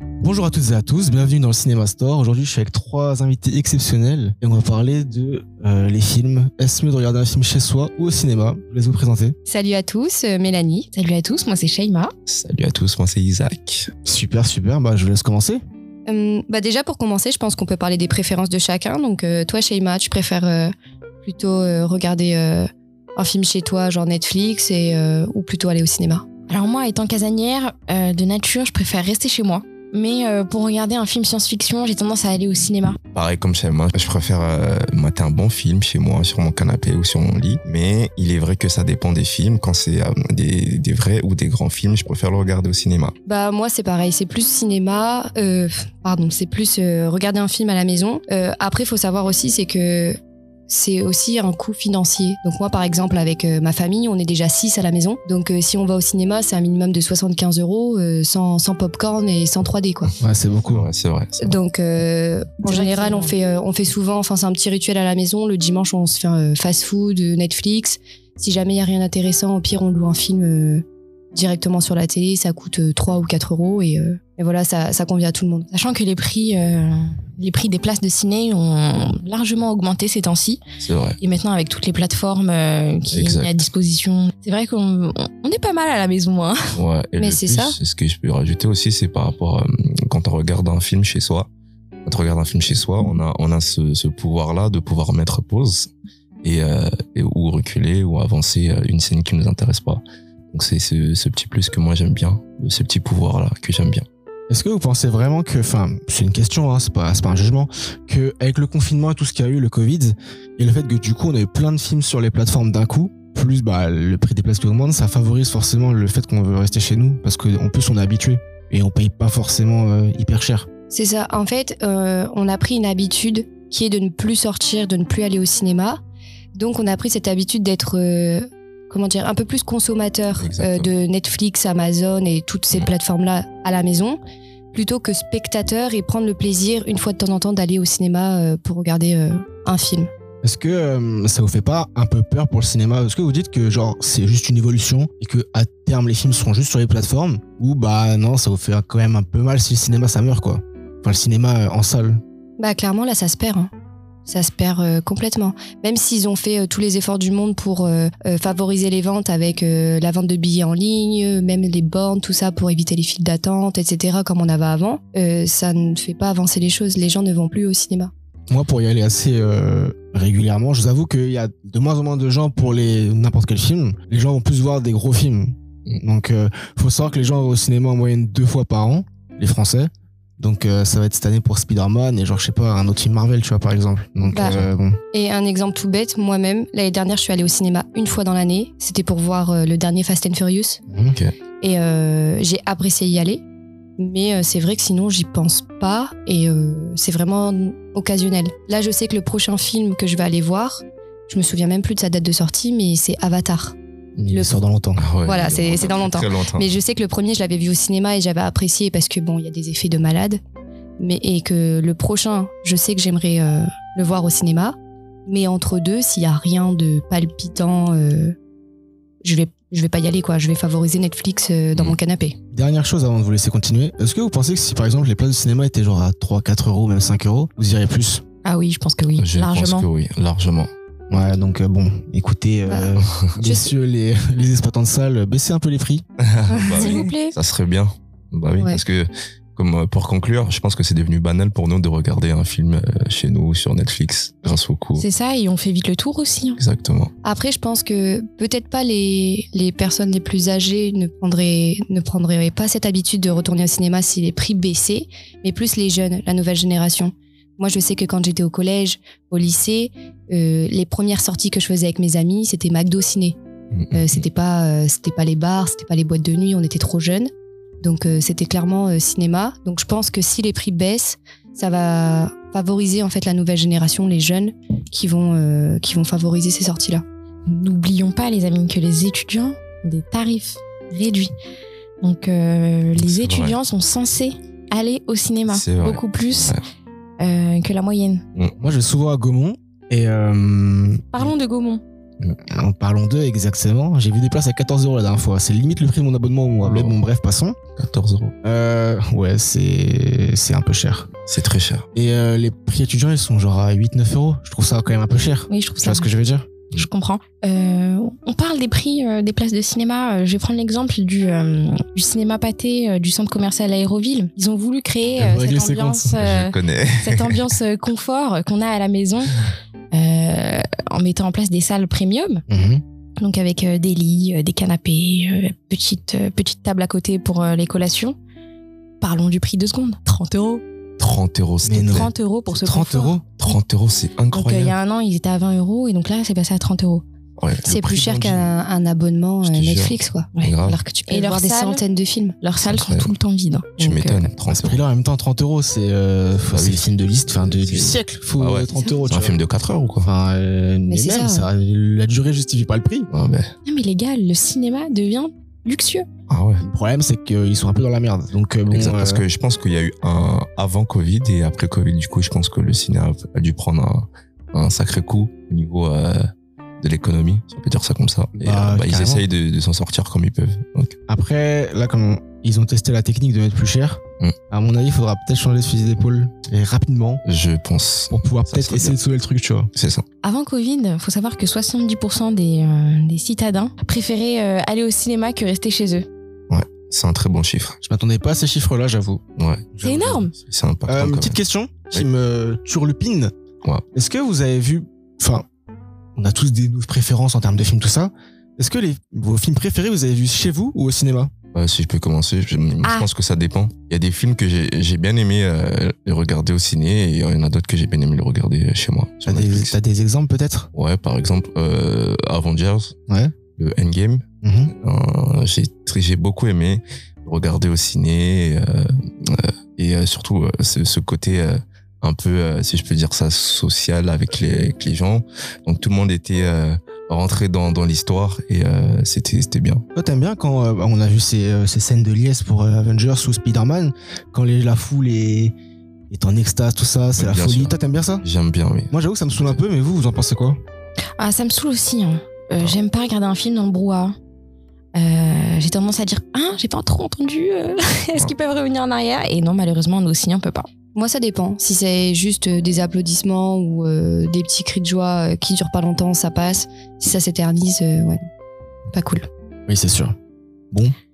Bonjour à toutes et à tous, bienvenue dans le Cinéma Store. Aujourd'hui, je suis avec trois invités exceptionnels et on va parler de euh, les films. Est-ce mieux de regarder un film chez soi ou au cinéma Je vous laisse vous présenter. Salut à tous, euh, Mélanie. Salut à tous, moi c'est Shaima. Salut à tous, moi c'est Isaac. Super, super, bah je vous laisse commencer. Hum, bah déjà pour commencer, je pense qu'on peut parler des préférences de chacun. Donc euh, toi, Sheima, tu préfères euh, plutôt euh, regarder euh, un film chez toi, genre Netflix, et, euh, ou plutôt aller au cinéma Alors moi, étant casanière euh, de nature, je préfère rester chez moi. Mais euh, pour regarder un film science-fiction, j'ai tendance à aller au cinéma. Pareil comme chez moi, je préfère euh, mater un bon film chez moi, sur mon canapé ou sur mon lit. Mais il est vrai que ça dépend des films. Quand c'est euh, des, des vrais ou des grands films, je préfère le regarder au cinéma. Bah moi c'est pareil, c'est plus cinéma, euh, pff, pardon, c'est plus euh, regarder un film à la maison. Euh, après faut savoir aussi c'est que c'est aussi un coût financier. Donc moi par exemple avec euh, ma famille on est déjà 6 à la maison. Donc euh, si on va au cinéma c'est un minimum de 75 euros euh, sans, sans popcorn et sans 3D quoi. Ouais, c'est beaucoup. Ouais, c'est vrai. c'est vrai. Donc, euh, en C'est vrai général, que- on fait, euh, on fait souvent, enfin, c'est un petit rituel à la maison. Le dimanche, on se fait euh, fast-food, euh, Netflix. Si jamais il n'y a rien d'intéressant, au pire, on loue un film euh, directement sur la télé. Ça coûte euh, 3 ou 4 euros et, euh, et voilà, ça, ça convient à tout le monde. Sachant que les prix, euh, les prix des places de ciné ont largement augmenté ces temps-ci. C'est vrai. Et maintenant, avec toutes les plateformes euh, qui sont Exact. à disposition, c'est vrai qu'on on- on est pas mal à la maison. hein. Ouais, et Mais le c'est plus, ça. Ce que je peux rajouter aussi, c'est par rapport euh, quand on regarde un film chez soi. Quand on regarde un film chez soi, on a on a ce, ce pouvoir-là de pouvoir mettre pause et, euh, et- ou reculer ou avancer euh, une scène qui nous intéresse pas. Donc c'est ce, ce petit plus que moi j'aime bien, ce petit pouvoir-là que j'aime bien. Est-ce que vous pensez vraiment que, enfin, c'est une question, hein, c'est pas, c'est pas un jugement, que avec le confinement et tout ce qu'il y a eu, le Covid, et le fait que du coup on a eu plein de films sur les plateformes d'un coup, plus bah, le prix des places qui augmente, ça favorise forcément le fait qu'on veut rester chez nous, parce qu'en plus on est habitué, et on paye pas forcément euh, hyper cher. C'est ça. En fait, euh, on a pris une habitude qui est de ne plus sortir, de ne plus aller au cinéma. Donc, on a pris cette habitude d'être, euh, comment dire, un peu plus consommateur Exactement. euh, de Netflix, Amazon et toutes ces Mhm. plateformes-là à la maison, plutôt que spectateur et prendre le plaisir une fois de temps en temps d'aller au cinéma euh, pour regarder euh, un film. Est-ce que euh, ça vous fait pas un peu peur pour le cinéma Est-ce que vous dites que genre c'est juste une évolution et que à terme les films seront juste sur les plateformes Ou bah non, ça vous fait quand même un peu mal si le cinéma ça meurt quoi Enfin le cinéma euh, en salle. Bah clairement là ça se perd. hein. Ça se perd euh, complètement. Même s'ils ont fait euh, tous les efforts du monde pour euh, euh, favoriser les ventes avec euh, la vente de billets en ligne, euh, même les bornes, tout ça pour éviter les files d'attente, etc. comme on avait avant, euh, ça ne fait pas avancer les choses. Les gens ne vont plus au cinéma. Moi, pour y aller assez euh, régulièrement, je vous avoue qu'il y a de moins en moins de gens pour les n'importe quel film. Les gens vont plus voir des gros films. Donc, euh, faut savoir que les gens vont au cinéma en moyenne deux fois par an, les Français. Donc, euh, ça va être cette année pour Spider-Man et genre, je sais pas, un autre film Marvel, tu vois, par exemple. Donc, Bah. euh, bon. Et un exemple tout bête, moi-même, l'année dernière je suis allée au cinéma une fois dans l'année. C'était pour voir euh, le dernier Fast and Furious. Ok. Et euh, j'ai apprécié y aller. Mais euh, c'est vrai que sinon, j'y pense pas et euh, c'est vraiment occasionnel. Là, je sais que le prochain film que je vais aller voir, je me souviens même plus de sa date de sortie, mais c'est Avatar. Il Le- sort dans longtemps. Ah ouais, Voilà, il c'est- est c'est dans longtemps. Très longtemps. Mais je sais que le premier, je l'avais vu au cinéma et j'avais apprécié parce que bon, il y a des effets de malade. Mais et que le prochain, je sais que j'aimerais euh, le voir au cinéma. Mais entre deux, s'il y a rien de palpitant, euh, je vais je vais pas y aller quoi. Je vais favoriser Netflix euh, dans Mm. mon canapé. Dernière chose avant de vous laisser continuer. Est-ce que vous pensez que si, par exemple, les places de cinéma étaient genre à 3, 4 euros, même 5 euros, vous irez plus Ah oui, je pense que oui, Je largement. pense que oui, largement. Ouais, donc euh, bon, écoutez, euh, Bah, Je messieurs les, les exploitants de salle, baissez un peu les prix. Bah S'il oui. vous plaît. Ça serait bien. Bah oui, Ouais. parce que comme euh, pour conclure, je pense que c'est devenu banal pour nous de regarder un film euh, chez nous sur Netflix grâce au coût. C'est ça, et on fait vite le tour aussi. hein. Exactement. Après, je pense que peut-être pas les, les personnes les plus âgées ne prendraient, ne prendraient pas cette habitude de retourner au cinéma si les prix baissaient, mais plus les jeunes, la nouvelle génération. Moi, je sais que quand j'étais au collège, au lycée, euh, les premières sorties que je faisais avec mes amis, c'était McDo ciné. Mm, Euh, c'était pas, euh, c'était pas les bars, c'était pas les boîtes de nuit, on était trop jeunes. Donc euh, c'était clairement euh, cinéma. Donc je pense que si les prix baissent, ça va favoriser en fait la nouvelle génération, les jeunes, qui vont, euh, qui vont favoriser ces sorties-là. N'oublions pas, les amis, que les étudiants ont des tarifs réduits. Donc, euh, C'est les vrai. étudiants sont censés aller au cinéma C'est vrai. beaucoup plus Ouais. euh, que la moyenne. Moi, je vais souvent à Gaumont. Et euh, Parlons de Gaumont. En parlant d'eux exactement, j'ai vu des places à 14 euros la dernière fois. C'est limite le prix de mon abonnement au mois. Mais Oh. bon, bref, passons. 14 euros. Euh, ouais, c'est c'est un peu cher. C'est très cher. Et euh, les prix étudiants, ils sont genre à 8-9 euros. Je trouve ça quand même un peu cher. Oui, je trouve Tu ça. vois ce que je veux dire Mm. Je comprends. Euh, on parle des prix euh, des places de cinéma. Euh, Je vais prendre l'exemple du, euh, du cinéma pâté euh, du centre commercial Aéroville. Ils ont voulu créer euh, Vous réglez cette ses comptes. ambiance, euh, Je connais. cette ambiance euh, confort qu'on a à la maison euh, en mettant en place des salles premium. Mhm. Donc avec euh, des lits, euh, des canapés, euh, petite, euh, petite table à côté pour euh, les collations. Parlons du prix de secondes. 30 euros. 30 euros, s'il Mais te non. plaît. 30 euros pour ce 30 confort. euros 30 euros, c'est Donc euh, il y incroyable. a un an, ils étaient à 20 euros et donc là, c'est passé à 30 euros. Ouais, le C'est prix plus cher d'un qu'un jean. un abonnement Je euh, te jure. Netflix, quoi. Ouais. Grave. Alors que tu peux Et voir leur des salle centaines de films. Leurs salles sont Incroyable. tout le temps vides. Tu Donc, euh, m'étonnes. 30 Ce prix-là, en même temps, 30 euros, c'est euh, Bah c'est oui. le film de liste enfin, de, du C'est- siècle. Faut Ah ouais. euh, 30 euros. C'est tu un vois. film de 4 heures ou Ah. quoi Enfin, euh, mais c'est même, ça. ça, la durée justifie pas le prix. ah, ben, Non mais les gars, le cinéma devient luxueux. ah ouais. Le problème, c'est qu'ils sont un peu dans la merde. Donc, euh, bon, Exact, parce euh, que je pense qu'il y a eu un avant Covid et après Covid. Du coup, je pense que le cinéma a dû prendre un, un sacré coup au niveau euh, de l'économie, si on peut dire ça comme ça. Et Bah, euh, bah, ils carrément. essayent de, de s'en sortir comme ils peuvent. Donc, après, là, comme ils ont testé la technique de mettre plus cher, Mm. à mon avis, il faudra peut-être changer de fusil d'épaule et rapidement je pense. pour pouvoir Ça peut-être serait essayer bien. de sauver le truc, tu vois. C'est ça. Avant Covid, faut savoir que 70% des, euh, des citadins préféraient euh, aller au cinéma que rester chez eux. C'est un très bon chiffre. Je m'attendais pas à ces chiffres-là, j'avoue. Ouais. C'est énorme. C'est c'est impactant. Euh, quand même. petite question qui Oui. me turlupine. Ouais. Est-ce que vous avez vu, enfin, on a tous des nos préférences en termes de films, tout ça. Est-ce que les, vos films préférés, vous avez vu chez vous ou au cinéma Euh, si je peux commencer, je, je Ah. pense que ça dépend. Il y a des films que j'ai j'ai bien aimé euh, les regarder au ciné et il y en a d'autres que j'ai bien aimé le regarder euh, chez moi. sur T'as des, Netflix. t'as des exemples peut-être Ouais, par exemple, euh, Avengers, Ouais. le Endgame. Mhm. Euh, j'ai tr- j'ai beaucoup aimé le regarder au ciné euh, euh, et euh, surtout euh, ce, ce côté euh, un peu, euh, si je peux dire ça, social avec les, avec les gens. Donc tout le monde était euh, rentré dans, dans l'histoire et euh, c'était c'était bien. Toi, t'aimes bien quand euh, bah, on a vu ces, euh, ces scènes de liesse pour euh, Avengers ou Spider-Man, quand les, la foule est, est en extase, tout ça, c'est Oui, la bien folie. sûr. Toi, t'aimes bien ça J'aime bien, oui. Moi, j'avoue que ça me saoule un peu, mais vous, vous en pensez quoi Ah, ça me saoule aussi. hein. Ah. Euh, J'aime pas regarder un film dans le brouhaha. Euh, j'ai tendance à dire ah j'ai pas trop entendu euh, Ah. est-ce qu'ils peuvent revenir en arrière et non malheureusement nous au ciné on peut pas Moi, ça dépend. Si c'est juste euh, des applaudissements ou euh, des petits cris de joie euh, qui durent pas longtemps, ça passe. Si ça s'éternise, euh, ouais, pas cool. Oui, c'est sûr.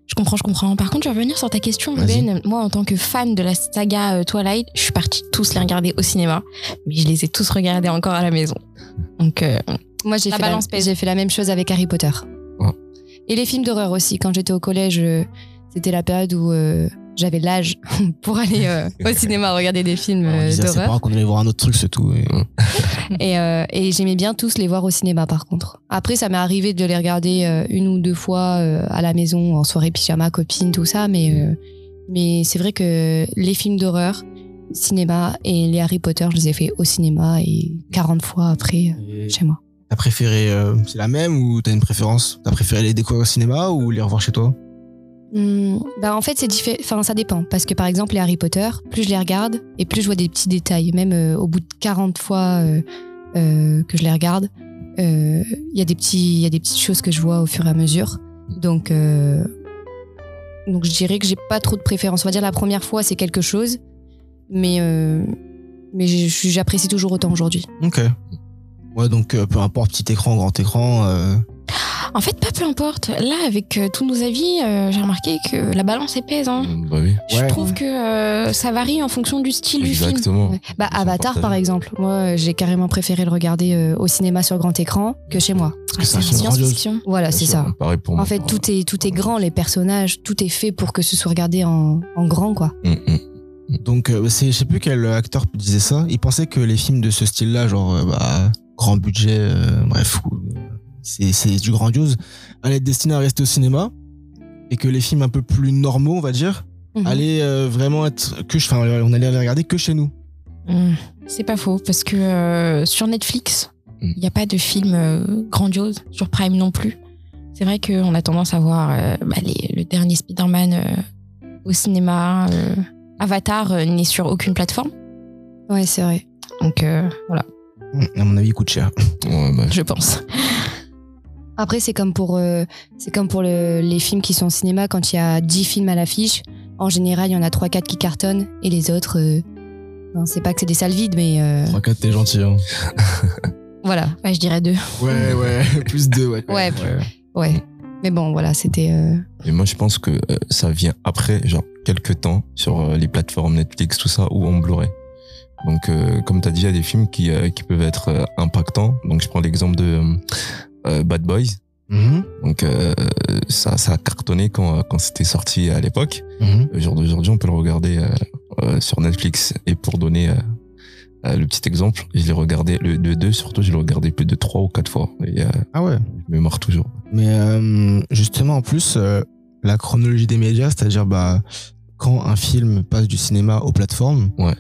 je comprends je comprends par contre je vais revenir sur ta question Vas-y. Ben moi en tant que fan de la saga euh, Twilight je suis partie tous les regarder au cinéma mais je les ai tous regardés encore à la maison donc euh, Moi, j'ai La fait, la- balance pèse. j'ai fait la même chose avec Harry Potter. Ouais. Et les films d'horreur aussi. Quand j'étais au collège, euh, c'était la période où euh, j'avais l'âge pour aller euh, au cinéma regarder des films Alors, on euh, disait à ses d'horreur. parents qu'on allait voir un autre truc, c'est tout. et- Et, euh, et j'aimais bien tous les voir au cinéma, par contre. Après, ça m'est arrivé de les regarder euh, une ou deux fois euh, à la maison, en soirée pyjama, copine, tout ça. Mais, euh, mais c'est vrai que les films d'horreur, cinéma et les Harry Potter, je les ai fait au cinéma et 40 fois après Et euh, chez moi. T'as préféré, euh, c'est la même ou t'as une préférence T'as préféré les découvrir au cinéma ou les revoir chez toi Hmm, bah en fait, c'est diffé- Enfin, ça dépend. Parce que par exemple, les Harry Potter, plus je les regarde et plus je vois des petits détails. Même euh, au bout de 40 fois euh, euh, que je les regarde, euh, il y, a des petits- il y a des petites choses que je vois au fur et à mesure. Donc, euh, donc je dirais que j'ai pas trop de préférence. On va dire la première fois, c'est quelque chose. Mais, euh, mais je- je- j'apprécie toujours autant aujourd'hui. Ok. Ouais, donc euh, peu importe, petit écran, grand écran. euh, En fait, pas peu importe. Là, avec euh, tous nos avis, euh, j'ai remarqué que la balance est pèse. hein. Mm, Bah oui, Je Ouais. trouve que euh, ça varie en fonction du style du film. exactement. Ouais. Bah, Ils sont Avatar, partagés. par exemple. Moi, euh, j'ai carrément préféré le regarder euh, au cinéma sur grand écran que chez moi. Ah, c'est c'est un une film grandiose. science-fiction. Voilà, Bien Ah, c'est sûr, ça. Pareil pour En moi. fait, tout est, tout est grand, les personnages, tout est fait pour que ce soit regardé en, en grand, quoi. Mm, mm. Donc, euh, c'est, je sais plus quel acteur disait ça. Il pensait que les films de ce style-là, genre, euh, bah, grand budget, euh, bref, ou, euh, c'est, c'est du grandiose, allaient être destinés à rester au cinéma. Et que les films un peu plus normaux, on va dire, Mhm. allaient euh, vraiment être que, je- enfin, on allait les regarder que chez nous. Hum, C'est pas faux, parce que euh, sur Netflix, Mm. il n'y a pas de film euh, grandiose, sur Prime non plus. C'est vrai qu'on a tendance à voir euh, bah, les- le dernier Spider-Man euh, au cinéma. euh, Avatar euh, n'est sur aucune plateforme. Ouais, c'est vrai. Donc euh, voilà, À mon avis, il coûte cher. Ouais, bah, je pense. Après, c'est comme pour, euh, c'est comme pour le- les films qui sont au cinéma, quand il y a 10 films à l'affiche, en général, il y en a 3-4 qui cartonnent et les autres, euh, ben, c'est pas que c'est des salles vides, mais euh, 3-4, t'es gentil. Hein. voilà. Ouais, je dirais deux. Ouais, ouais, plus 2, ouais. Ouais, Ouais. Mais bon, voilà, c'était. euh, Et moi, je pense que euh, ça vient après, genre, quelques temps, sur euh, les plateformes Netflix, tout ça, ou en Blu-ray. Donc, euh, comme tu as dit, il y a des films qui, euh, qui peuvent être euh, impactants. Donc, je prends l'exemple de euh, euh, Bad Boys. Mhm, Donc, euh, ça, ça a cartonné quand, euh, quand c'était sorti à l'époque. mhm. Le jour d'aujourd'hui, on peut le regarder euh, euh, sur Netflix. Et pour donner euh, euh, le petit exemple, je l'ai regardé, le 2 surtout, je l'ai regardé plus de 3 ou 4 fois. Et euh, Ah ouais. je me marre toujours. Mais euh, justement, en plus, euh, la chronologie des médias, c'est-à-dire bah, quand un film passe du cinéma aux plateformes, Ouais.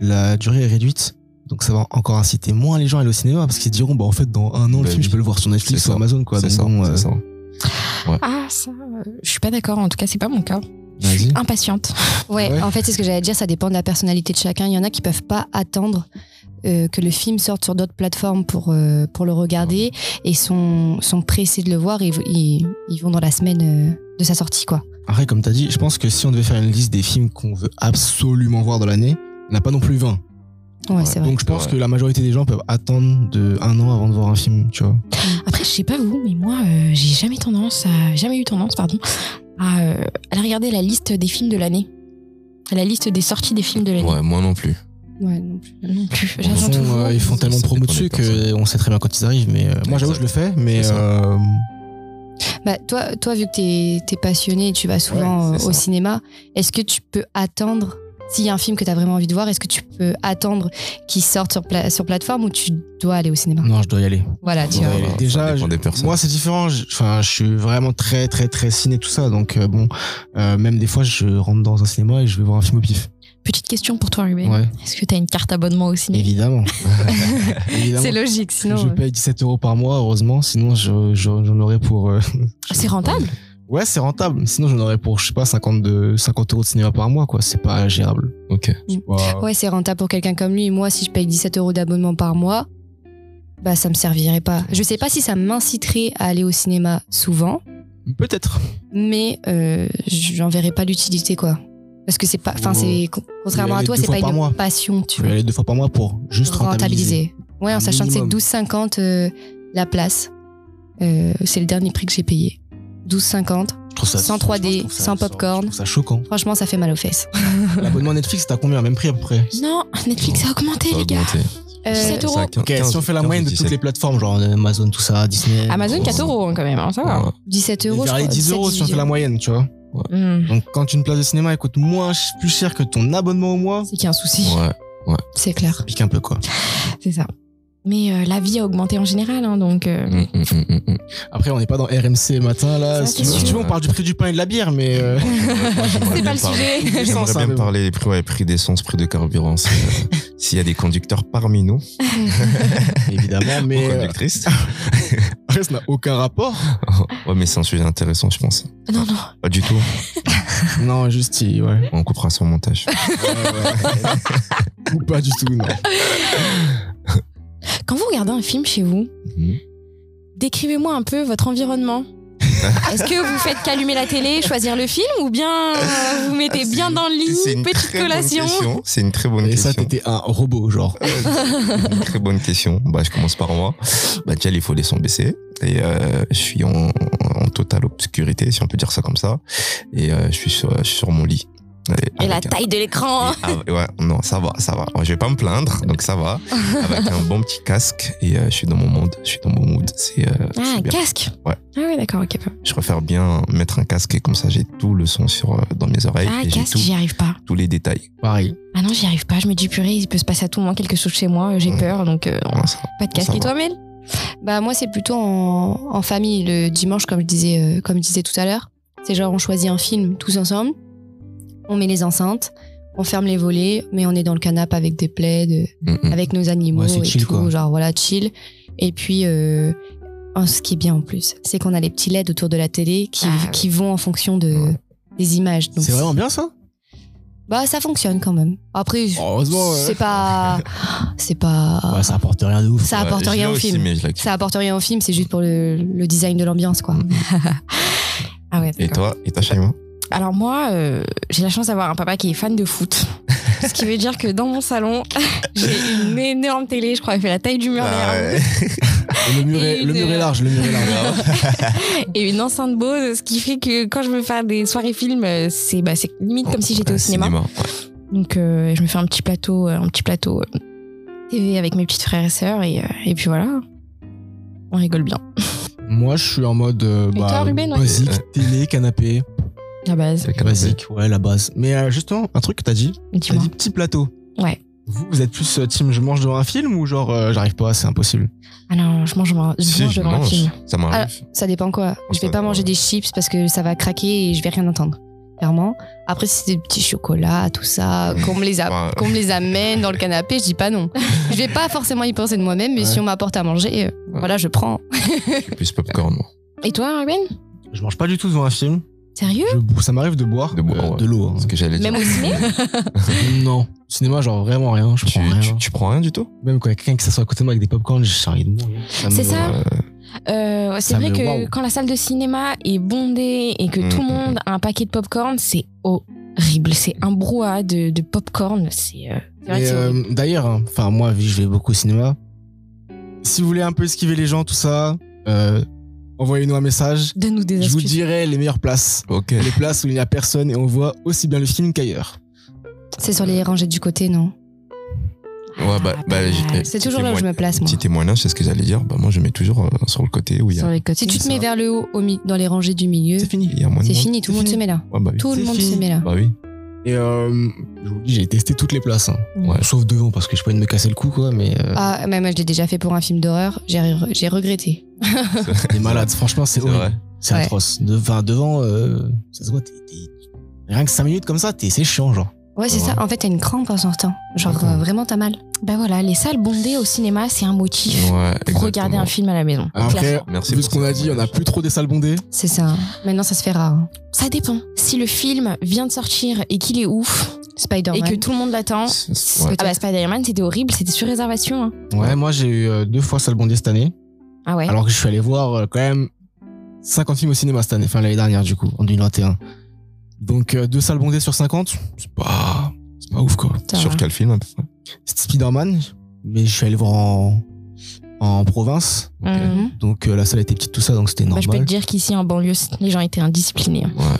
la durée est réduite. Donc ça va encore inciter moins les gens à aller au cinéma parce qu'ils se diront, bah, en fait, dans un an, le Bah film, oui. je peux le voir sur Netflix C'est ou ça. Amazon. Quoi. c'est Donc ça, bon, euh, c'est ça. Ah, ça, euh, je suis pas d'accord. En tout cas, c'est pas mon cas. Je Vas-y. suis impatiente. Ouais, Ah ouais en fait, c'est ce que j'allais dire, ça dépend de la personnalité de chacun. Il y en a qui peuvent pas attendre euh, que le film sorte sur d'autres plateformes pour, euh, pour le regarder et sont, sont pressés de le voir et v- ils, ils vont dans la semaine euh, de sa sortie, quoi. Après, comme t'as dit, je pense que si on devait faire une liste des films qu'on veut absolument voir dans l'année, on n'a pas non plus 20. Ouais, Ouais, c'est vrai. Donc je pense Ouais. que la majorité des gens peuvent attendre de un an avant de voir un film, tu vois. Après, je sais pas vous, mais moi, euh, j'ai jamais tendance à, jamais eu tendance, pardon, à, euh, aller regarder la liste des films de l'année, la liste des sorties des films de l'année. Ouais, moi non plus. Ouais, non plus. Non plus. Ils J'attends font, toujours. euh, ils font Ça, tellement de ça promos dépend des dessus personnes. qu'on sait très bien quand ils arrivent. Mais euh, moi, j'avoue, Exact. je le fais, mais C'est ça. euh, Bah, toi, toi, vu que t'es es passionné et tu vas souvent Ouais, c'est euh, au ça. cinéma, est-ce que tu peux attendre, s'il y a un film que t'as vraiment envie de voir, est-ce que tu peux attendre qu'il sorte sur, pla- sur plateforme ou tu dois aller au cinéma non, je dois y aller. Voilà, tu Ouais, vois. Voilà, ça déjà, dépend je- des personnes. Moi, c'est différent. Je- Enfin, je suis vraiment très, très, très ciné tout ça. Donc euh, bon, euh, même des fois, je rentre dans un cinéma et je vais voir un film au pif. Petite question pour toi, Ruben. Ouais, Est-ce que t'as une carte abonnement au ciné évidemment. évidemment. C'est logique, je sinon. euh, paye 17 euros par mois, heureusement. Sinon, je- je- j'en aurais pour. euh, Ah, C'est rentable. Ouais, c'est rentable. Sinon, j'en aurais pour, je sais pas, 50, de- 50 euros de cinéma par mois, quoi. C'est pas gérable. Ok. Wow. Ouais, c'est rentable pour quelqu'un comme lui. Moi, si je paye 17 euros d'abonnement par mois, bah ça me servirait pas. Je sais pas si ça m'inciterait à aller au cinéma souvent, Peut-être. mais euh, j'en verrais pas l'utilité quoi. Parce que c'est pas, enfin Faut- c'est con- contrairement à aller toi, deux c'est fois pas par une mois. passion, tu Je vais vois. aller deux fois par mois pour juste rentabiliser. Rentabiliser. Ouais, Un en sachant que c'est minimum. 12,50 euh, la place. Euh, c'est le dernier prix que j'ai payé. 12,50. Je trouve ça Sans je trouve- je 3D, trouve ça- sans je trouve popcorn. ça choquant. Franchement, ça fait mal aux fesses. L'abonnement Netflix, t'as combien Même prix à peu près Non, Netflix a augmenté, Ça a les gars. augmenté. Euh, 17 euros. Ça a quin- Ok, si on fait la 15, moyenne de 17. toutes les plateformes, genre Amazon, tout ça, Disney. Amazon, 4 euros hein, quand même, hein, ça va. Ouais. 17 Et euros, je vers crois. les 10 euros si on fait la moyenne, tu vois. Hmm. Donc quand une place de cinéma elle coûte moins, ch- plus cher que ton abonnement au mois, C'est qu'il y a un souci. Ouais. C'est clair. ça pique un peu quoi. C'est ça. Mais euh, la vie a augmenté en général, hein, donc. euh, Mm, mm, mm, mm, mm. Après, on n'est pas dans RMC matin là. Ça, Si tu, c'est veux, si tu veux, on parle du prix du pain et de la bière, mais. euh, J'aimerais C'est pas bien le parler- sujet. J'aimerais J'aimerais ça, bien mais bon. parler des prix, ouais, prix d'essence, prix de carburant. c'est, euh, S'il y a des conducteurs parmi nous, Évidemment, ou mais. euh, conductrices, Après, ça n'a aucun rapport. ouais, mais c'est un sujet intéressant, je pense. Non, non. Pas du tout. Non, juste, il- ouais. On coupera son montage. Ou pas du tout, non. Quand vous regardez un film chez vous, Mhm. décrivez-moi un peu votre environnement. Est-ce que vous faites qu'allumer la télé, choisir le film, ou bien euh, vous mettez Ah, c'est bien une- dans le c'est lit, une petite très bonne collation question. C'est une très bonne Et question. ça, t'étais un robot, genre. Une très bonne question. Bah, je commence par moi. Bah, déjà, il faut les sons baisser. Et euh, je suis en, en totale obscurité, si on peut dire ça comme ça. Et euh, je, suis sur, je suis sur mon lit. Et Avec la un- taille de l'écran et av- ouais, non, ça va, ça va. Moi, Je vais pas me plaindre, donc ça va. Avec un bon petit casque et euh, je suis dans mon monde, je suis dans mon mood. C'est euh, Ah, c'est un bien. casque Ouais. Ah ouais, d'accord, ok. pas- Je préfère bien mettre un casque et comme ça j'ai tout le son sur euh, dans mes oreilles Ah, et j'ai casque, tout- j'y arrive pas. tous les détails. Pareil. Ah non, j'y arrive pas. Je me dis, purée, il peut se passer à tout moment quelque chose chez moi, j'ai Mhm. peur, donc euh, Voilà, ça. pas de casque. Ça Et va. toi, Mel Bah moi c'est plutôt en, en famille le dimanche comme je disais euh, comme je disais tout à l'heure. C'est genre on choisit un film tous ensemble, on met les enceintes, on ferme les volets, mais on est dans le canapé avec des plaids, euh, Mm, mm. avec nos animaux Ouais, c'est et chill, tout, quoi. genre voilà chill. Et puis euh, oh, ce qui est bien en plus, c'est qu'on a les petits LED autour de la télé qui, Ah, qui vont en fonction de Ouais. des images. Donc, C'est vraiment bien ça Bah, ça fonctionne quand même. Après, je- Heureusement, ouais. c'est pas. C'est pas. Ouais, ça apporte rien de ouf. ça apporte je l'ai rien au aussi, film. mais je la kiffe. Ça apporte rien au film, c'est juste pour le, le design de l'ambiance, quoi. Ah ouais, Mm, Et d'accord. toi, et toi, Shaima Alors moi, euh, j'ai la chance d'avoir un papa qui est fan de foot. Ce qui veut dire que dans mon salon, j'ai une énorme télé, je crois qu'elle fait la taille du Ah mur derrière moi. Et le mur est, Et le mur de- est large, le mur est large. et une enceinte Bose, ce qui fait que quand je veux faire des soirées films, euh, c'est bah, c'est limite Oh, comme si j'étais au cinéma. Donc euh, je me fais un petit plateau, euh, un petit plateau euh, TV avec mes petits frères et sœurs et, euh, et puis voilà, on rigole bien. Moi, je suis en mode euh, Et bah, toi, Ruben, ouais. basique, Ouais. télé, canapé. La base, Basique, ouais, la base. Mais euh, justement, un truc que t'as dit, t'as dis-moi. dit petit plateau. Ouais. Vous, vous êtes plus euh, team je mange devant un film ou genre euh, j'arrive pas, c'est impossible Ah non, je mange, je mange devant un film. Ça m'arrive. Ça dépend quoi. Je vais Ça pas dépend, manger ouais. des chips parce que ça va craquer et je vais rien entendre. Clairement. Après, si c'est des petits chocolats, tout ça, qu'on me, les a- Ouais. ah, qu'on me les amène dans le canapé, je dis pas non. Je vais pas forcément y penser de moi-même, mais Ouais. si on m'apporte à manger, euh, voilà, je prends. Je suis plus popcorn, moi. Et toi, Ruben Je mange pas du tout devant un film. Sérieux Je bois- ça m'arrive de boire De boire, euh, ouais. de l'eau. hein. Ce que j'allais dire. Même au ciné non, cinéma, genre vraiment rien. Je Tu, prends rien. tu, tu prends rien du tout Même quand quelqu'un qui s'assoit à côté de moi avec des popcorns, j'ai envie de mourir. me- C'est ça Euh, Euh, ouais, c'est Ah, vrai mais que waouh. quand la salle de cinéma est bondée et que Mm, tout le mm, monde a un paquet de popcorn, c'est horrible. C'est un brouhaha de, de popcorn. C'est euh, c'est vrai que Et, c'est euh, horrible. D'ailleurs, hein, enfin moi, vu que je vais beaucoup au cinéma, si vous voulez un peu esquiver les gens, tout ça, euh, envoyez-nous un message. Donne-nous des Je vous astuces. dirai les meilleures places. Ok. Les places où il n'y a personne et on voit aussi bien le film qu'ailleurs. C'est sur les rangées du côté, non Ouais, bah, Ah, bah, j'ai- ouais. C'est toujours là où je me place, moi. Petit témoignage, c'est ce que j'allais dire. Bah, moi, je mets toujours euh, sur le côté où il y Sur a, les côtés. Si tu te mets vers le haut, au mi- dans les rangées du milieu, C'est fini. il y a moins de c'est monde. fini, tout le C'est monde fini. se met là. Ouais, bah oui. Tout le C'est monde se fini. met là. Bah oui. Et euh, je vous dis, j'ai testé toutes les places. hein. Ouais. Sauf devant, parce que je pas envie de me casser le cou, quoi. Mais euh, Ah, mais moi, je l'ai déjà fait pour un film d'horreur. J'ai re- j'ai regretté. t'es malade. Franchement, c'est C'est horrible. vrai. C'est Ouais. atroce. De, enfin, devant, euh, ça se voit. t'es- t'es- Rien que 5 minutes comme ça, t'es- c'est chiant, genre. Ouais, c'est Ouais. ça. En fait, t'as une crampe en sortant. Genre, Ouais. euh, vraiment, t'as mal. Bah voilà, les salles bondées au cinéma, c'est un motif Ouais, pour regarder exactement. un film à la maison. Après, Ah, Clairement. Merci vu pour ce qu'on ce a dit, on a témoignage. plus trop des salles bondées. C'est ça. Maintenant, ça se fait rare. hein. Ça dépend. Si le film vient de sortir et qu'il est ouf et Spider-Man. que tout le monde l'attend. C'est- c'est- ouais. Ah bah Spider-Man, c'était horrible, c'était sur réservation. hein. Ouais, moi j'ai eu euh, deux fois salle bondée cette année, Ah ouais. alors que je suis allé voir euh, quand même 50 films au cinéma cette année, enfin l'année dernière du coup, en 2021. Donc euh, deux salles bondées sur 50, c'est pas, c'est pas ouf quoi. Ça bah, Sur va. quel film à peu près C'était Spider-Man, mais je suis allé voir en, en province, Ok. Mhm. donc euh, la salle était petite, tout ça, donc c'était Bah, normal. je peux te dire qu'ici en banlieue, les gens étaient indisciplinés. hein. Hum.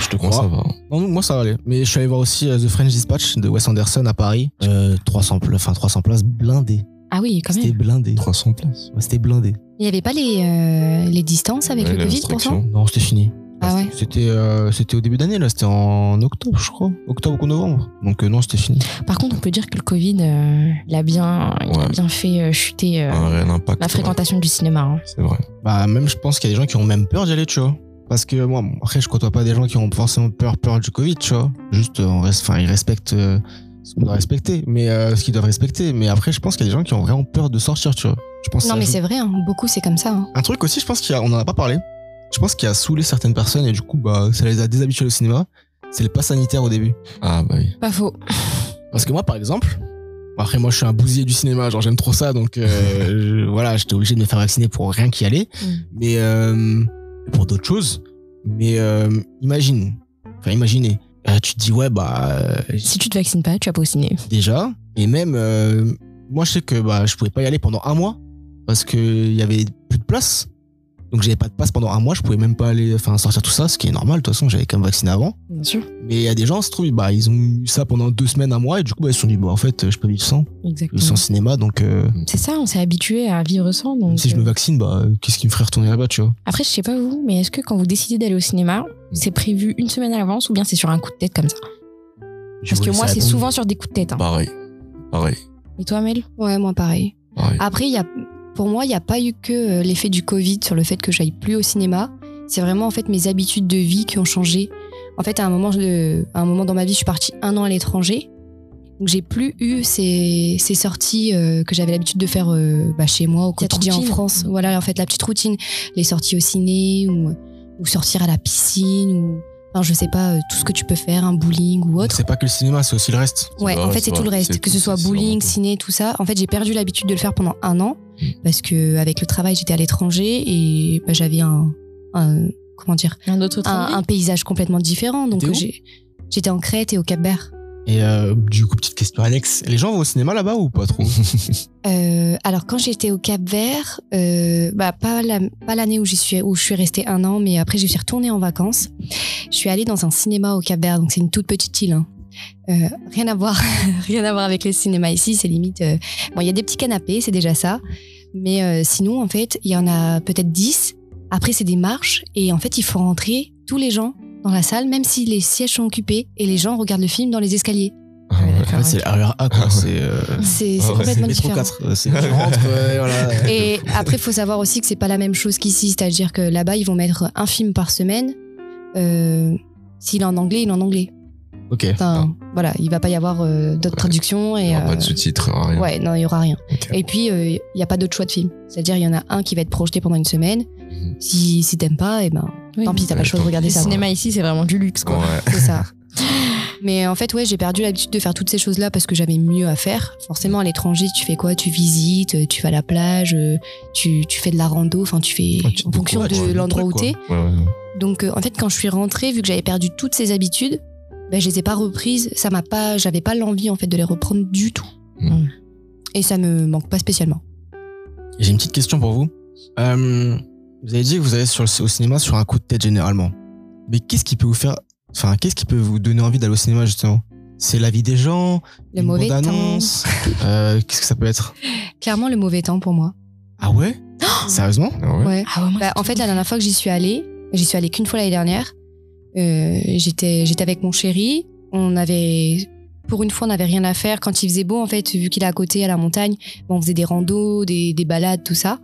Je te crois, ça va. hein. Non, moi ça allait. Mais je suis allé voir aussi euh, The French Dispatch de Wes Anderson à Paris. Euh, 300, pla- enfin, 300 places blindées. Ah oui, quand C'était même. blindé. 300 places. Ouais, C'était blindé. Il n'y avait pas les, euh, les distances avec Ouais, le la Covid pour ça restriction. Non, c'était fini. Ah ouais C'était euh, c'était au début d'année là, c'était en octobre je crois, octobre ou novembre. Donc euh, non, c'était fini. Par contre, on peut dire que le Covid, euh, il a bien, il a Ouais. bien fait euh, chuter euh, Un réel impact. la fréquentation du cinéma. hein. ouais. C'est vrai. Bah même je pense qu'il y a des gens qui ont même peur d'y aller, tu vois. Parce que moi bon, après je côtoie pas des gens qui ont forcément peur peur du Covid, tu vois. Juste euh, on reste enfin ils respectent euh, ce qu'on doit respecter, mais euh, ce qu'ils doivent respecter, mais après je pense qu'il y a des gens qui ont vraiment peur de sortir, tu vois. Je pense que Non, ça mais joue. c'est vrai. hein. Beaucoup, c'est comme ça. hein. un truc aussi, je pense qu'il y a- on en a pas parlé. Je pense qu'il a saoulé certaines personnes et du coup bah ça les a déshabitués au cinéma, c'est le pas sanitaire au début. Ah bah oui. Pas faux. Parce que moi, par exemple, après, moi, je suis un bousier du cinéma, genre, j'aime trop ça, donc euh, je- voilà, j'étais obligé de me faire vacciner pour rien qu'y aller, Mm. mais euh, pour d'autres choses. Mais euh, imagine, enfin, imaginez, euh, tu te dis, ouais, bah, euh, Si tu te vaccines pas, tu vas pas au ciné. déjà, et même, euh, moi, je sais que bah, je pouvais pas y aller pendant un mois parce qu'il y avait plus de place. Donc j'avais pas de passe pendant un mois, je pouvais même pas aller enfin sortir tout ça, ce qui est normal, de toute façon j'avais quand même vacciné avant. Bien sûr. Mais il y a des gens, se trouve, bah, ils ont eu ça pendant deux semaines, un mois, et du coup bah, ils se sont dit, bah en fait je peux vivre sans le Exactement. sans cinéma donc euh, C'est ça, on s'est habitué à vivre sans. Donc, si je me euh, vaccine bah euh, qu'est-ce qui me ferait retourner là-bas tu vois Après, je sais pas vous, mais est-ce que quand vous décidez d'aller au cinéma, c'est prévu une semaine à l'avance ou bien c'est sur un coup de tête comme ça Parce que moi, c'est souvent sur des coups de tête. hein. Pareil. Pareil. Et toi, Mel Ouais, moi, pareil. Pareil. Après, il y a, pour moi, il n'y a pas eu que euh, l'effet du Covid sur le fait que j'aille plus au cinéma. C'est vraiment, en fait, mes habitudes de vie qui ont changé. En fait, à un moment, je- à un moment dans ma vie, je suis partie un an à l'étranger. Donc, j'ai plus eu ces, ces sorties euh, que j'avais l'habitude de faire euh, bah, chez moi, au Cette quotidien en routine. France. Voilà, en fait, la petite routine. Les sorties au ciné ou, ou sortir à la piscine ou. enfin, enfin, je sais pas, euh, tout ce que tu peux faire, un bowling ou autre. C'est pas que le cinéma, c'est aussi le reste. Ah, Ouais, le en fait, reste, c'est tout ouais, le c'est reste, que tout, ce soit c'est vraiment bowling, tout. ciné, tout ça. En fait, j'ai perdu l'habitude de le faire pendant un an Mm. parce que avec le travail, j'étais à l'étranger et bah, j'avais un, un- comment dire, Un autre un, travail. un paysage complètement différent. Donc T'étais où j'ai- j'étais en Crète et au Cap-Vert. Et euh, du coup, petite question, Alex, les gens vont au cinéma là-bas ou pas trop Euh, alors quand j'étais au Cap Vert, euh, bah, pas la- pas l'année où j'y suis où je suis restée un an, mais après je suis retournée en vacances. Je suis allée dans un cinéma au Cap Vert, donc c'est une toute petite île. hein. Euh, rien à voir, rien à voir avec les cinémas ici. C'est limite euh, bon, il y a des petits canapés, c'est déjà ça. Mais euh, sinon, en fait, il y en a peut-être 10. Après, c'est des marches et en fait, il faut rentrer tous les gens dans la salle, même si les sièges sont occupés et les gens regardent le film dans les escaliers. Ah ouais. En fait, c'est l'arrière A, quoi. Ah ouais. C'est euh, C'est c'est Ah ouais. c'est complètement métro différent. 4. euh, C'est tu rentres, ouais, voilà. Et après, il faut savoir aussi que c'est pas la même chose qu'ici, c'est-à-dire que là-bas, ils vont mettre un film par semaine. Euh, S'il est en anglais, il est en anglais. Ok. Enfin, voilà, il va pas y avoir euh, d'autres Ah. Ouais. traductions Il y et aura pas de euh, sous-titres, rien. ouais, non, il y aura rien. Ok. Et puis, euh, il y a pas d'autres choix de films. C'est-à-dire, il y en a un qui va être projeté pendant une semaine. Mhm. Si, si t'aimes pas, et ben, Oui. tant pis, t'as pas le choix de regarder Le ça. cinéma ici, c'est vraiment du luxe, quoi. Ouais. C'est ça. Mais en fait, ouais, j'ai perdu l'habitude de faire toutes ces choses-là parce que j'avais mieux à faire. Forcément, à l'étranger, tu fais quoi Tu visites, tu vas à la plage, euh, tu, tu fais de la rando, enfin, tu fais Ouais, tu en fonction découvres, de ouais, l'endroit le où truc, t'es. quoi. Ouais, Ah, ouais, ouais. Donc, euh, en fait, quand je suis rentrée, vu que j'avais perdu toutes ces habitudes, ben, je les ai pas reprises. Ça m'a pas, j'avais pas l'envie, en fait, de les reprendre du tout. Mm. Hmm. Et ça me manque pas spécialement. Et J'ai une petite question pour vous. Euh, vous avez dit que vous allez sur le- au cinéma sur un coup de tête généralement. Mais qu'est-ce qui peut vous faire, enfin, qu'est-ce qui peut vous donner envie d'aller au cinéma justement C'est l'avis des gens, Le une mauvais temps. bande-annonce, euh, qu'est-ce que ça peut être Clairement, le mauvais temps pour moi. Ah ouais Sérieusement Ah ouais. Ouais. Ah ouais, moi, Bah, en fait, la dernière fois que j'y suis allée, j'y suis allée qu'une fois l'année dernière. Euh, j'étais, j'étais avec mon chéri. On avait, pour une fois, on n'avait rien à faire. Quand il faisait beau, en fait, vu qu'il est à côté, à la montagne, bon, on faisait des randos, des, des balades, tout ça.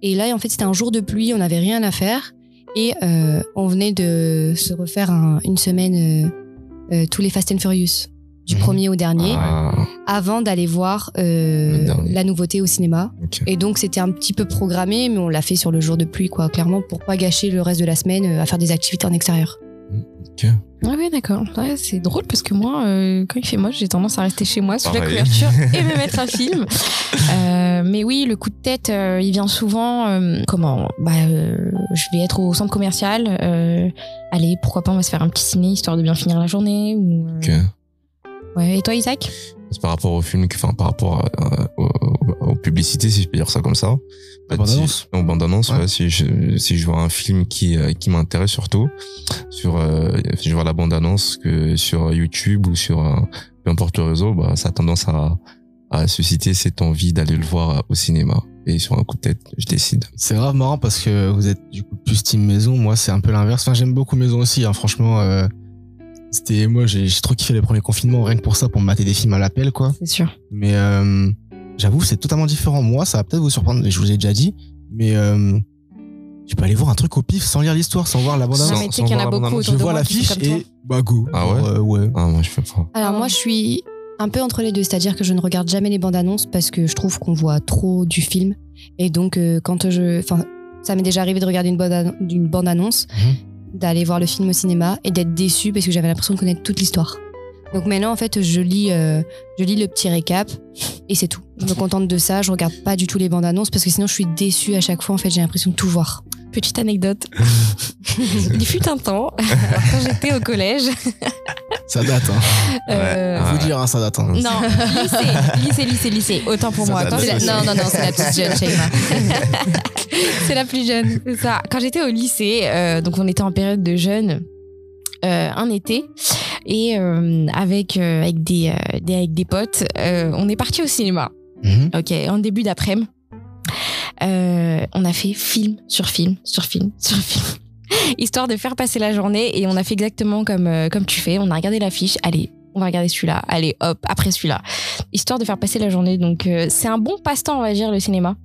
Et là, en fait, c'était un jour de pluie, on n'avait rien à faire. Et euh, on venait de se refaire un- une semaine euh, euh, tous les Fast and Furious, du Mhm. premier au dernier, Ah, avant d'aller voir euh, Le dernier. la nouveauté au cinéma. ok. Et donc c'était un petit peu programmé, mais on l'a fait sur le jour de pluie, quoi, clairement, pour pas gâcher le reste de la semaine euh, à faire des activités en extérieur. Ouais, ouais, d'accord. Ouais, c'est drôle parce que moi, euh, quand il fait moche, j'ai tendance à rester chez moi sous la Pareil. couverture et me mettre un film. Euh, mais oui, le coup de tête, euh, il vient souvent. euh, comment bah, euh, Je vais être au centre commercial. euh, allez, pourquoi pas, on va se faire un petit ciné histoire de bien finir la journée. Ou, euh, Ok. ouais. Et toi, Isaac C'est par rapport au film, que- enfin par rapport à- à- au- aux, publicités, si je peux dire ça comme ça. Aux En fait, bandes-annonces. si- aux bandes-annonces, Ouais. ouais, si, je, si je vois un film qui, euh, qui m'intéresse surtout, sur, euh, si je vois la bande-annonce que sur YouTube ou sur euh, peu importe le réseau, bah, ça a tendance à, à susciter cette envie d'aller le voir euh, au cinéma. Et sur un coup de tête, je décide. C'est grave marrant parce que vous êtes du coup plus team maison. Moi, c'est un peu l'inverse. Enfin, j'aime beaucoup maison aussi. hein. Franchement, euh, c'était moi, j'ai j'ai trop kiffé les premiers confinements rien que pour ça, pour me mater des films à l'appel, quoi. C'est sûr. Mais euh, j'avoue, c'est totalement différent. Moi, ça va peut-être vous surprendre. Je vous ai déjà dit, mais euh, je peux aller voir un truc au pif sans lire l'histoire, sans voir la bande Sans- annonce. mais tu sais qu'il y en voir a la beaucoup bande-annonce. autour Je de vois moi qui l'affiche sont comme et bah go. Ah ouais Genre, euh, ouais. Ah, moi, je fais pas. Alors Ah. moi, je suis un peu entre les deux, c'est-à-dire que je ne regarde jamais les bandes annonces parce que je trouve qu'on voit trop du film. Et donc, euh, quand je. Enfin, ça m'est déjà arrivé de regarder une bande, annon- d'une bande annonce, d'aller voir le film au cinéma et d'être déçu parce que j'avais l'impression de connaître toute l'histoire. Donc maintenant, en fait, je lis, euh, je lis le petit récap et c'est tout. Je me contente de ça, je regarde pas du tout les bandes annonces parce que sinon, je suis déçue à chaque fois. En fait, j'ai l'impression de tout voir. toi. Petite anecdote. il fut un temps, quand j'étais au collège. Ça date. Hein. euh, Ah Faut ouais. dire, hein, ça date. hein. Non, lycée, lycée, lycée, lycée. Autant pour Ça moi. date Quand de j'étais- ceci. non, non, non, c'est la petite jeune, Shaima. c'est la plus jeune, c'est ça. Quand j'étais au lycée, euh, donc on était en période de jeûne, euh, un été, et euh, avec, euh, avec, des, euh, des, avec des potes, euh, on est parti au cinéma. Mhm. Ok, en début d'après-midi, euh, on a fait film sur film sur film sur film, histoire de faire passer la journée. Et on a fait exactement comme euh, comme tu fais. On a regardé l'affiche. Allez, on va regarder celui-là. Allez, hop, après celui-là, histoire de faire passer la journée. Donc euh, c'est un bon passe-temps, on va dire, le cinéma.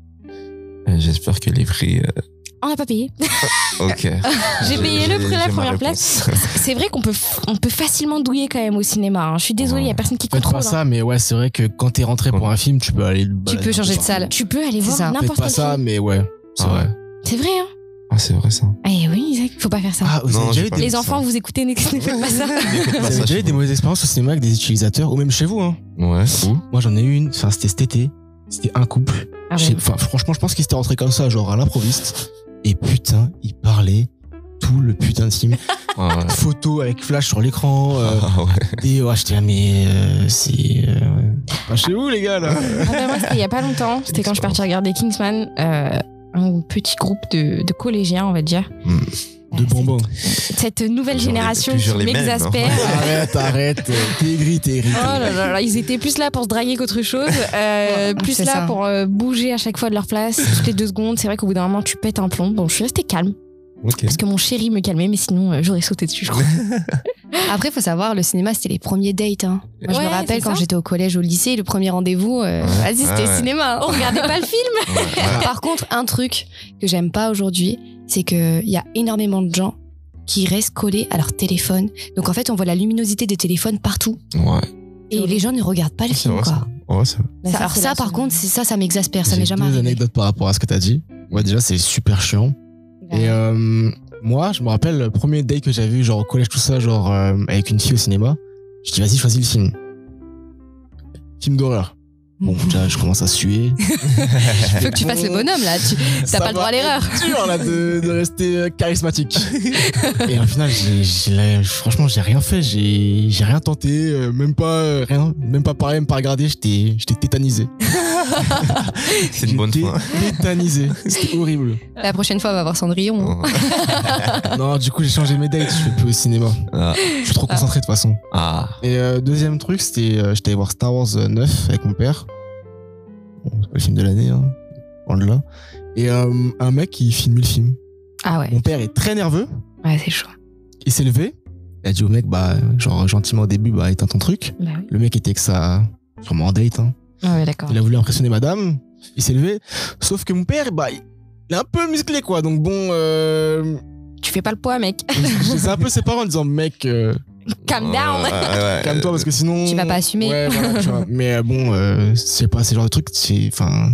Euh, J'espère que les prix. euh, On n'a pas payé. Ok. Ah, J'ai payé le prix de la j'ai ma première réponse. C'est vrai qu'on peut on peut facilement douiller quand même au cinéma. hein. Je suis désolée, il y a personne qui Faites contrôle. pas hein. ça, mais ouais, c'est vrai que quand t'es rentré pour un film, tu peux aller. le balader peux changer de partout. salle. Tu peux aller C'est voir ça. n'importe Faites pas quel ça, film. mais ouais, c'est Ah ouais. vrai. C'est vrai. Hein Ah, c'est vrai ça. Eh oui, Isaac, faut pas faire ça. Ah, vous Non, avez j'ai déjà eu pas des- vu les ça. enfants, vous écoutez, ne ne faites pas ça. Ah vous avez déjà eu des mauvaises expériences au cinéma avec des utilisateurs, ou même chez vous. Hein. Ouais, ou Moi, j'en ai eu une, enfin, c'était cet été. C'était un couple. Ah Je ouais. sais- Enfin, franchement, je pense qu'il s'était rentré comme ça, genre à l'improviste. Et putain, il parlait tout le putain de film. Ah ouais. Photos avec flash sur l'écran. euh, Ah ouais. des. Ouais, j'étais là, mais euh, c'est. euh, pas chez vous, les gars, là. Ah ben, moi, c'était il y a pas longtemps. C'était quand je suis partie regarder Kingsman, euh, un petit groupe de, de collégiens, on va dire. Hmm. De bonbons. Cette Toujours nouvelle les- génération qui toujours les mêmes, hein. m'exaspère. Arrête, arrête. T'es aigri, t'es aigri. Ah. Oh là là là, ils étaient plus là pour se draguer qu'autre chose, Ouais, euh, plus c'est là ça. pour euh, bouger à chaque fois de leur place, toutes les deux secondes. C'est vrai qu'au bout d'un moment, tu pètes un plomb. Bon, je suis restée calme, Ok. parce que mon chéri me calmait, mais sinon, euh, j'aurais sauté dessus, je crois. Après, faut savoir, le cinéma, c'était les premiers dates. hein. Moi, je Ouais, me rappelle c'est quand ça. j'étais au collège, au lycée, le premier rendez-vous, euh, Ouais. vas-y, c'était Ouais, ouais. cinéma. hein. On regardait pas le film Ouais, ouais. Par contre, un truc que j'aime pas aujourd'hui, c'est qu'il y a énormément de gens qui restent collés à leur téléphone. Donc en fait, on voit la luminosité des téléphones partout. Ouais, Et les gens ne regardent pas le c'est film, vrai quoi. ça. Ouais, c'est vrai. Bah, Ça- alors ça, par contre, c'est ça, ça m'exaspère, Ah, ça J'ai m'est jamais deux arrivé. anecdotes par rapport à ce que t'as dit. Moi, déjà, c'est super chiant. Et euh, moi, je me rappelle le premier date que j'avais eu, genre au collège, tout ça, genre euh, avec une fille au cinéma. Je dis, vas-y, choisis le film. Film d'horreur. Bon, déjà, je commence à suer. Faut que tu fasses le bonhomme là, tu Ça t'as pas le droit va à l'erreur. être dur là de, de rester euh, charismatique. Et au final, j'ai- j'ai la- franchement, j'ai rien fait, j'ai j'ai rien tenté, euh, même pas euh, rien, même pas parlé, même pas regardé, j'étais j'étais tétanisé. C'est une bonne J'étais fin. Tétanisé, c'était horrible. La prochaine fois, on va voir Cendrillon. Ouais. Non, du coup, j'ai changé mes dates, je fais plus au cinéma. Ah. Je suis trop concentré de toute façon. Ah. Et euh, deuxième truc, c'était. euh, J'étais allé voir Star Wars euh, 9 avec mon père. Bon, c'est pas le film de l'année, hein. loin de là. Et euh, un mec qui filmait le film. Ah ouais, Mon père est très nerveux. ouais c'est chaud. Il s'est levé. Il a dit au mec, bah, genre, gentiment au début, bah, éteins ton truc. Bah oui. Le mec était que ça. Sûrement en date, hein. Ah ouais, d'accord. Il a voulu impressionner madame. Il s'est levé. Sauf que mon père, bah, il il est un peu musclé, quoi. Donc bon, euh, Tu fais pas le poids, mec. je sais un peu ses parents en disant, mec, euh, Calm down. Ouais, ouais, ouais. Calme-toi parce que sinon. Tu vas pas assumer. Ouais, voilà, tu vois. Mais euh, bon, euh, c'est pas ce genre de truc, c'est. Enfin.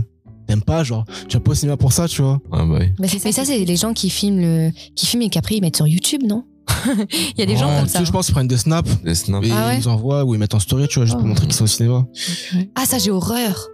T'aimes pas, genre. Tu vas pas au cinéma pour ça, tu vois. Ah, bah oui. Mais c'est Mais ça, c'est les gens qui filment, le... qui filment et qu'après ils mettent sur YouTube, non Il y a des gens Ouais, comme tu ça. sais, je pense qu'ils prennent des snaps Les snaps. et Ah ouais ils nous envoient ou ils mettent en story, tu vois, juste pour Oh. montrer qu'ils sont au cinéma. Ah, ça, j'ai horreur.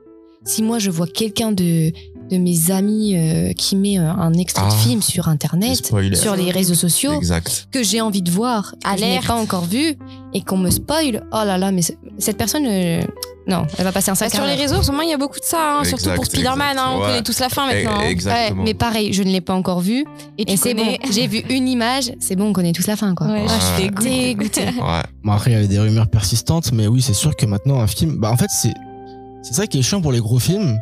Si moi, je vois quelqu'un de, de mes amis euh, qui met euh, un extrait de Ah. film sur les Internet, spoilers. sur les réseaux sociaux, Exact. que j'ai envie de voir, que je n'ai Alerte. pas encore vu, et qu'on me spoil, oh là là, mais ce- cette personne, euh, non, elle va passer un Bah, sac sur les réseaux, en ce moment, il y a beaucoup de ça, hein, surtout Exact, pour Spider-Man. exact. hein, on Ouais. connaît tous la fin maintenant. hein. Eh, Exactement. mais pareil, je ne l'ai pas encore vu. Et, tu c'est bon, connais. j'ai vu une image, c'est bon, on connaît tous la fin, quoi. Ouais, je suis Ouais. dégoûtée. Ouais. Bon, après, il y avait des rumeurs persistantes, mais oui, c'est sûr que maintenant, un film. Bah, en fait, c'est. C'est ça qui est chiant pour les gros films.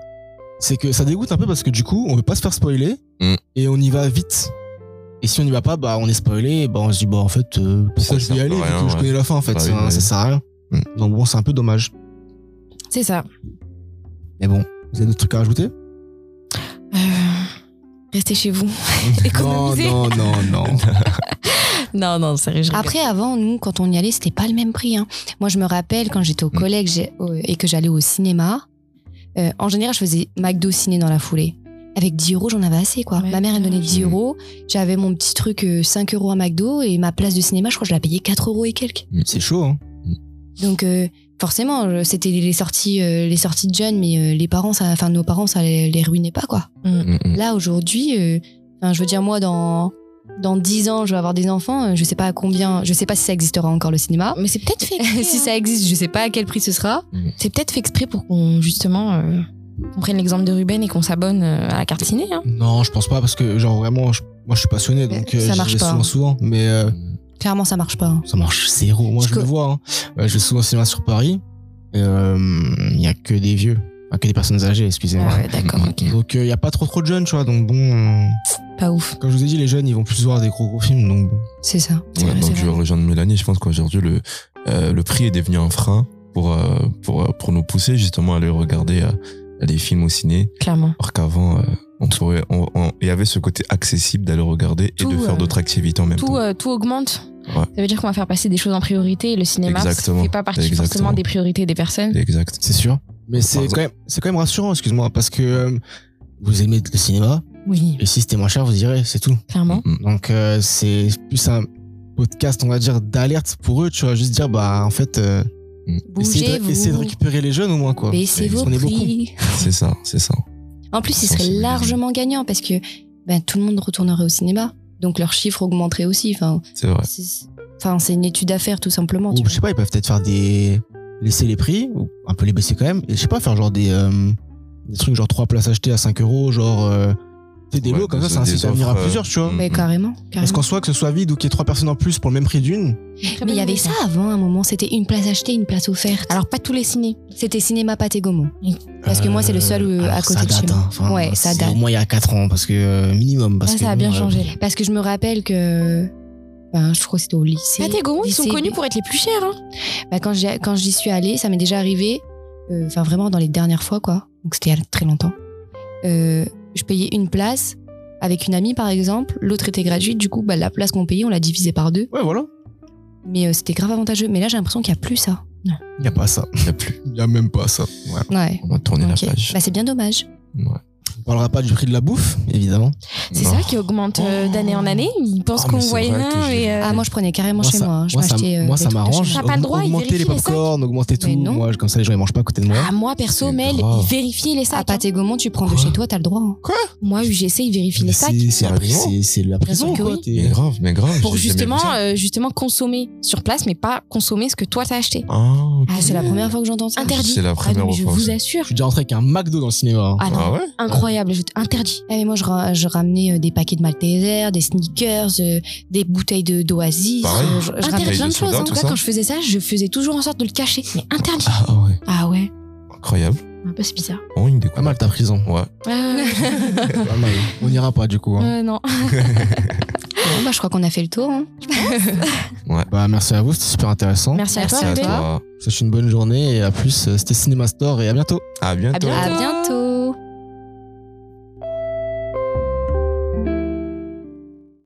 C'est que ça dégoûte un peu parce que du coup, on veut pas se faire spoiler Mm. et on y va vite. Et si on y va pas, bah, on est spoilé, et bah, on se dit, bah, en fait, euh, pourquoi Ça je vais y sert aller à vu rien, que je ouais. connais la fin, en fait. Bah oui, ça, bah oui. ça sert à rien. Mm. Donc bon, c'est un peu dommage. C'est ça. Mais bon, vous avez d'autres trucs à rajouter Euh, Restez chez vous. Économisez. Non, non, non, non. Non, non, sérieux, je rigole. Après, avant, nous, quand on y allait, c'était pas le même prix. hein. Moi, je me rappelle quand j'étais au collège j'ai- au- et que j'allais au cinéma, euh, en général, je faisais McDo ciné dans la foulée. Avec 10 euros, j'en avais assez, quoi. Ouais, ma mère, elle donnait putain. 10 euros. J'avais mon petit truc euh, 5 euros à McDo et ma place de cinéma, je crois que je la payais 4 euros et quelques. C'est chaud, hein Donc, euh, forcément, euh, c'était les sorties, euh, les sorties de jeunes, mais euh, les parents, ça- enfin, nos parents, ça les, les ruinait pas, quoi. Mm, mm. Là, aujourd'hui, euh, enfin, je veux dire, moi, dans, dans 10 ans, je vais avoir des enfants. euh, je sais pas à combien, je sais pas si ça existera encore le cinéma. Mais Oh. c'est peut-être fait exprès, si hein. ça existe, je sais pas à quel prix ce sera. C'est peut-être fait exprès pour qu'on justement euh, on prenne l'exemple de Ruben et qu'on s'abonne euh, à la carte ciné. hein. Non, je pense pas, parce que, genre, vraiment, je- moi, je suis passionné, donc Ça euh, marche je vais pas. souvent, souvent, mais euh, Clairement, ça marche pas. hein. ça marche zéro. Moi, Je je, le co- vois, hein. Euh, je vais souvent au cinéma sur Paris, et euh, il y a que des vieux, Enfin, que des personnes âgées, excusez-moi. Ah ouais, d'accord, ok. Donc, euh, il y a pas trop trop de jeunes, tu vois, donc bon... euh, Pas ouf. Comme je vous ai dit, les jeunes, ils vont plus voir des gros gros films, donc bon. C'est ça. Ouais, donc je vais rejoindre Mélanie. Je pense qu'aujourd'hui le euh, le prix est devenu un frein pour euh, pour euh, pour nous pousser justement à aller regarder euh, des films au ciné. Clairement. Alors qu'avant euh, on pourrait on- on- il y avait ce côté accessible d'aller regarder Tout, et de faire euh, d'autres activités en même Tout, temps. euh, tout augmente. Ouais. Ça veut dire qu'on va faire passer des choses en priorité et le cinéma Exactement. ne fait pas partie Exactement. forcément des priorités des personnes. Exact. C'est sûr. Mais c'est exemple. quand, même- c'est quand même rassurant, excuse-moi, parce que euh, vous aimez le cinéma, Oui, Et si c'était moins cher, vous irez, c'est tout. clairement. Mm. Donc euh, c'est plus un podcast, on va dire, d'alerte pour eux. Tu vas juste dire, bah en fait, euh, essayez, de, Bougez-vous. essayez de récupérer les jeunes au moins, quoi. Baissez vos On est beaucoup. prix. C'est ça, c'est ça. En plus, ils seraient Sensibiliser. largement gagnants parce que ben, tout le monde retournerait au cinéma. Donc leurs chiffres augmenteraient aussi. Enfin, C'est vrai. c'est- Enfin, c'est une étude à faire tout simplement. tu Ou je sais pas, ils peuvent peut-être faire des. laisser les prix, ou un peu les baisser quand même. Et je sais pas, faire genre des. euh, des trucs genre 3 places achetées à 5 euros, genre. euh, tu sais, des Ouais, lots comme ça, des- ça des incite à venir à offres, euh, plusieurs, tu vois. mm. Mais carrément. Parce carrément. qu'en soit que ce soit vide ou qu'il y ait 3 personnes en plus pour le même prix d'une, Mais il y avait ça avant, à un moment, c'était une place achetée, une place offerte. Alors, pas tous les ciné. C'était cinéma Pathé Gaumont. Parce que moi, c'est le seul où- alors, à côté ça de chez date, moi. hein. Enfin, Ouais, ça c'est date. Au moins il y a 4 ans, parce que euh, minimum. Parce Ah, que ça a bon, bien euh, changé. Parce que je me rappelle que. Ben, je crois que c'était au lycée. Pathé Gaumont, ils sont lycée- connus pour être les plus chers. hein. Bah, quand j'y- quand j'y suis allée, ça m'est déjà arrivé, euh, enfin vraiment dans les dernières fois, quoi. Donc c'était il y a très longtemps. Euh, je payais une place avec une amie, par exemple. L'autre était gratuite. Du coup, bah, la place qu'on payait, on la divisait par deux. Ouais, voilà. Mais euh, c'était grave avantageux. Mais là, j'ai l'impression qu'il n'y a plus ça. Il n'y a pas ça. Il n'y a plus. Il n'y a même pas ça. Ouais. Ouais. On va tourner Ok. la page. Bah, c'est bien dommage. Ouais. On parlera pas du prix de la bouffe, évidemment. bah, C'est Non. ça qui augmente euh, Oh. d'année en année. Ils pensent Ah, mais qu'on c'est voit vrai que rien. j'ai- et, euh, Ah, moi, je prenais carrément chez ça- moi. hein. Je moi, ça, m'achetais, euh, moi, des ça trucs de m'arrange. chez T'as pas le droit, ils augmenter les vérifient les sacs. popcorn, augmenter tout. Mais non. Moi, comme ça, les gens ils mangent pas à côté de moi. Ah, moi, perso, C'est Mel, grave. ils vérifient les moi. À sacs. Pathé Gaumont, tu prends de Quoi chez toi, t'as le droit. hein. hein. Moi, UGC, ils vérifient les Mais sacs. c'est- C'est la, Vraiment c'est- c'est la prison, sûr que quoi. oui. t'es- Mais grave, mais grave. Pour j'ai jamais vu justement, ça. euh, justement consommer sur place, mais pas consommer ce que toi t'as acheté. Ah, ok. Ah, c'est la première fois que j'entends ça. Interdit. C'est la première ah, non, mais Je fois, vous ça. Je assure. suis déjà rentré avec un McDo dans le cinéma. hein. Ah non, Ah ouais incroyable. je- Interdit. Ah, mais moi, je, ra- je ramenais euh, des paquets de Maltesers, des sneakers, euh, des bouteilles de- d'Oasis. Pareil. euh, je- je ramenais- Interdit bouteille plein de de choses. soda, hein. tout Moi, ça. Quand je faisais ça, je faisais toujours en sorte de le cacher. Mais interdit. Ah ouais. Ah ouais. Incroyable. Ah, c'est bizarre. Ah, bah, Bon, une découverte. Pas mal ta prison. Ouais. Pas mal. On n'ira pas du coup. hein. Euh, non. Bon, bah, je crois qu'on a fait le tour. hein. Bah, merci à vous, c'était super intéressant. Merci à Merci toi. à C'est à Mel. toi. Je vous souhaite une bonne journée et à plus. euh, C'était Cinéma Store et à bientôt. À bientôt. bientôt. À bientôt.